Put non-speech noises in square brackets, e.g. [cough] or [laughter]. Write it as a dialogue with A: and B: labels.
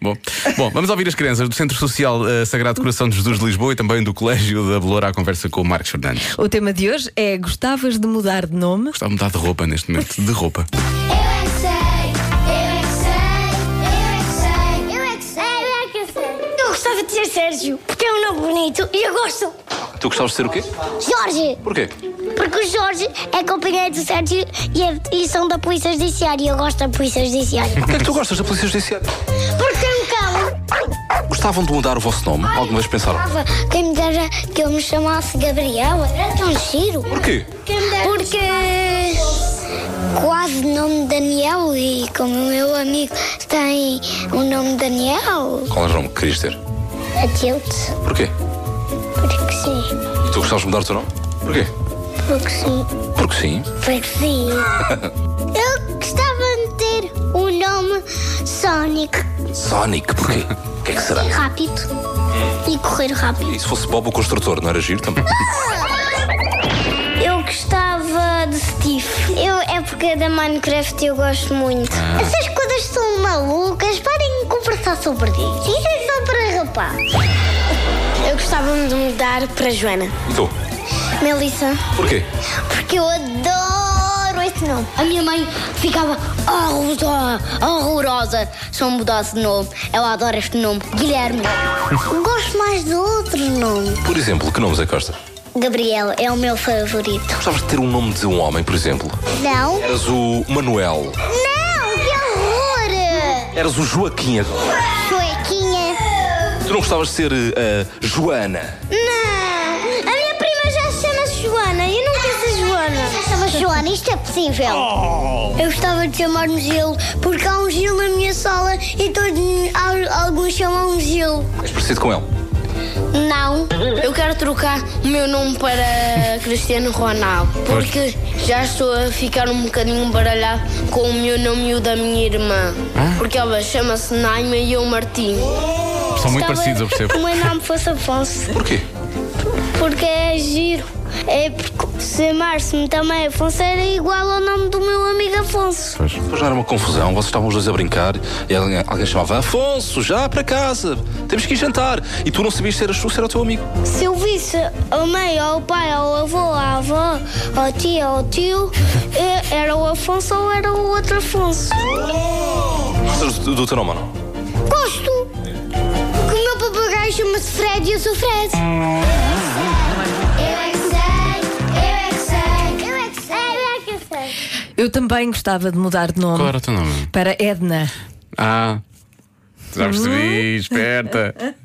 A: Bom. Bom, vamos ouvir as crianças do Centro Social eh, Sagrado Coração de Jesus de Lisboa e também do Colégio da Beloura à conversa com o Marcos Fernandes.
B: O tema de hoje é Gostavas de mudar de nome?
A: Está a mudar de roupa neste momento, de roupa.
C: Eu é que sei, eu é que sei, eu é que sei, eu é que sei, eu é que sei. Eu gostava de ser Sérgio, porque é um nome bonito e eu gosto.
A: Tu gostavas de ser o quê?
C: Jorge,
A: Porquê?
C: porque o Jorge é companheiro do Sérgio e, é- e são da Polícia Judiciária e eu gosto da Polícia Judiciária.
D: Porquê é que tu gostas da Polícia Judiciária?
C: Porque é um cão.
D: Gostavam de mudar o vosso nome? Alguma vez pensaram?
C: Gostava Quem me dera que eu me chamasse Gabriel, era tão giro.
D: Porquê?
C: Porque quase nome Daniel e como o meu amigo tem o nome Daniel,
D: Qual era o nome que querias ter?
C: adiante.
D: Porquê?
C: Porque sim,
D: E tu gostavas de mudar o teu nome? Porquê?
C: porque sim,
D: Porque sim.
C: porque [laughs] sim. Eu gostava de ter o nome Sonic
D: Sonic, porquê? O que é que será?
C: rápido e correr rápido.
D: E se fosse Bob o Construtor, não era giro também?
C: Eu gostava de Steve. Eu, é porque da Minecraft eu gosto muito. Essas coisas são malucas. Parem de conversar sobre isso. Isso é só para rapaz. Eu gostava de mudar para Joana.
D: E tu?
C: Melissa.
D: Porquê?
C: Porque eu adoro esse nome. A minha mãe ficava horrorosa, horrorosa se eu mudasse de nome. Ela adora este nome, Guilherme. Gosto mais do outro nome.
D: Por exemplo, que nomes é que gostas?
C: Gabriel é o meu favorito.
D: Gostavas de ter um nome de um homem, por exemplo?
C: Não?
D: Eras o Manuel.
C: Não, que
D: [laughs]
C: horror!
D: Eras o Joaquim agora.
C: Joaquinha.
D: Tu não gostavas de ser eh, eh, Joana?
C: Não, a minha prima já se chama Joana e eu não quero ser Joana. Já se chama Joana, isto é possível.
A: Oh.
C: Eu gostava de chamar-me Gil, porque há um Gil na minha sala e todos, há- alguns
E: um
C: chamam-me Gil.
D: És parecido com ele.
C: Não.
E: Eu quero trocar o meu nome para Cristiano Ronaldo, porque já estou a ficar um bocadinho baralhado com o meu nome e o da minha irmã.
A: Ah?
E: Porque ela chama-se Naima e eu Martim.
A: São muito parecidos, eu percebo.
C: O meu nome fosse Afonso,
D: Porquê?
C: porque é giro. É porque chamar-se-me também é Afonso era igual ao nome do meu amigo Afonso.
A: Pois.
D: Depois não era uma confusão, vocês estavam os dois a brincar e alguém, alguém chamava Afonso, já para casa, temos que ir jantar. E tu não sabias se eras tu, se era o teu amigo.
C: Se eu visse a mãe, ao pai, ao avô, à avó, ao tio, ao tio, eh, era o Afonso ou era o outro Afonso?
D: Gostas do, do teu nome ou não?
C: Gosto! Porque o meu papagaio chama-se Fred e eu sou Fred. Eu é que sei, eu é que sei, eu é que sei, eu é que sei.
B: Eu também gostava de mudar de nome
A: Qual era o teu nome?
B: para Edna.
A: Ah, já percebi, esperta.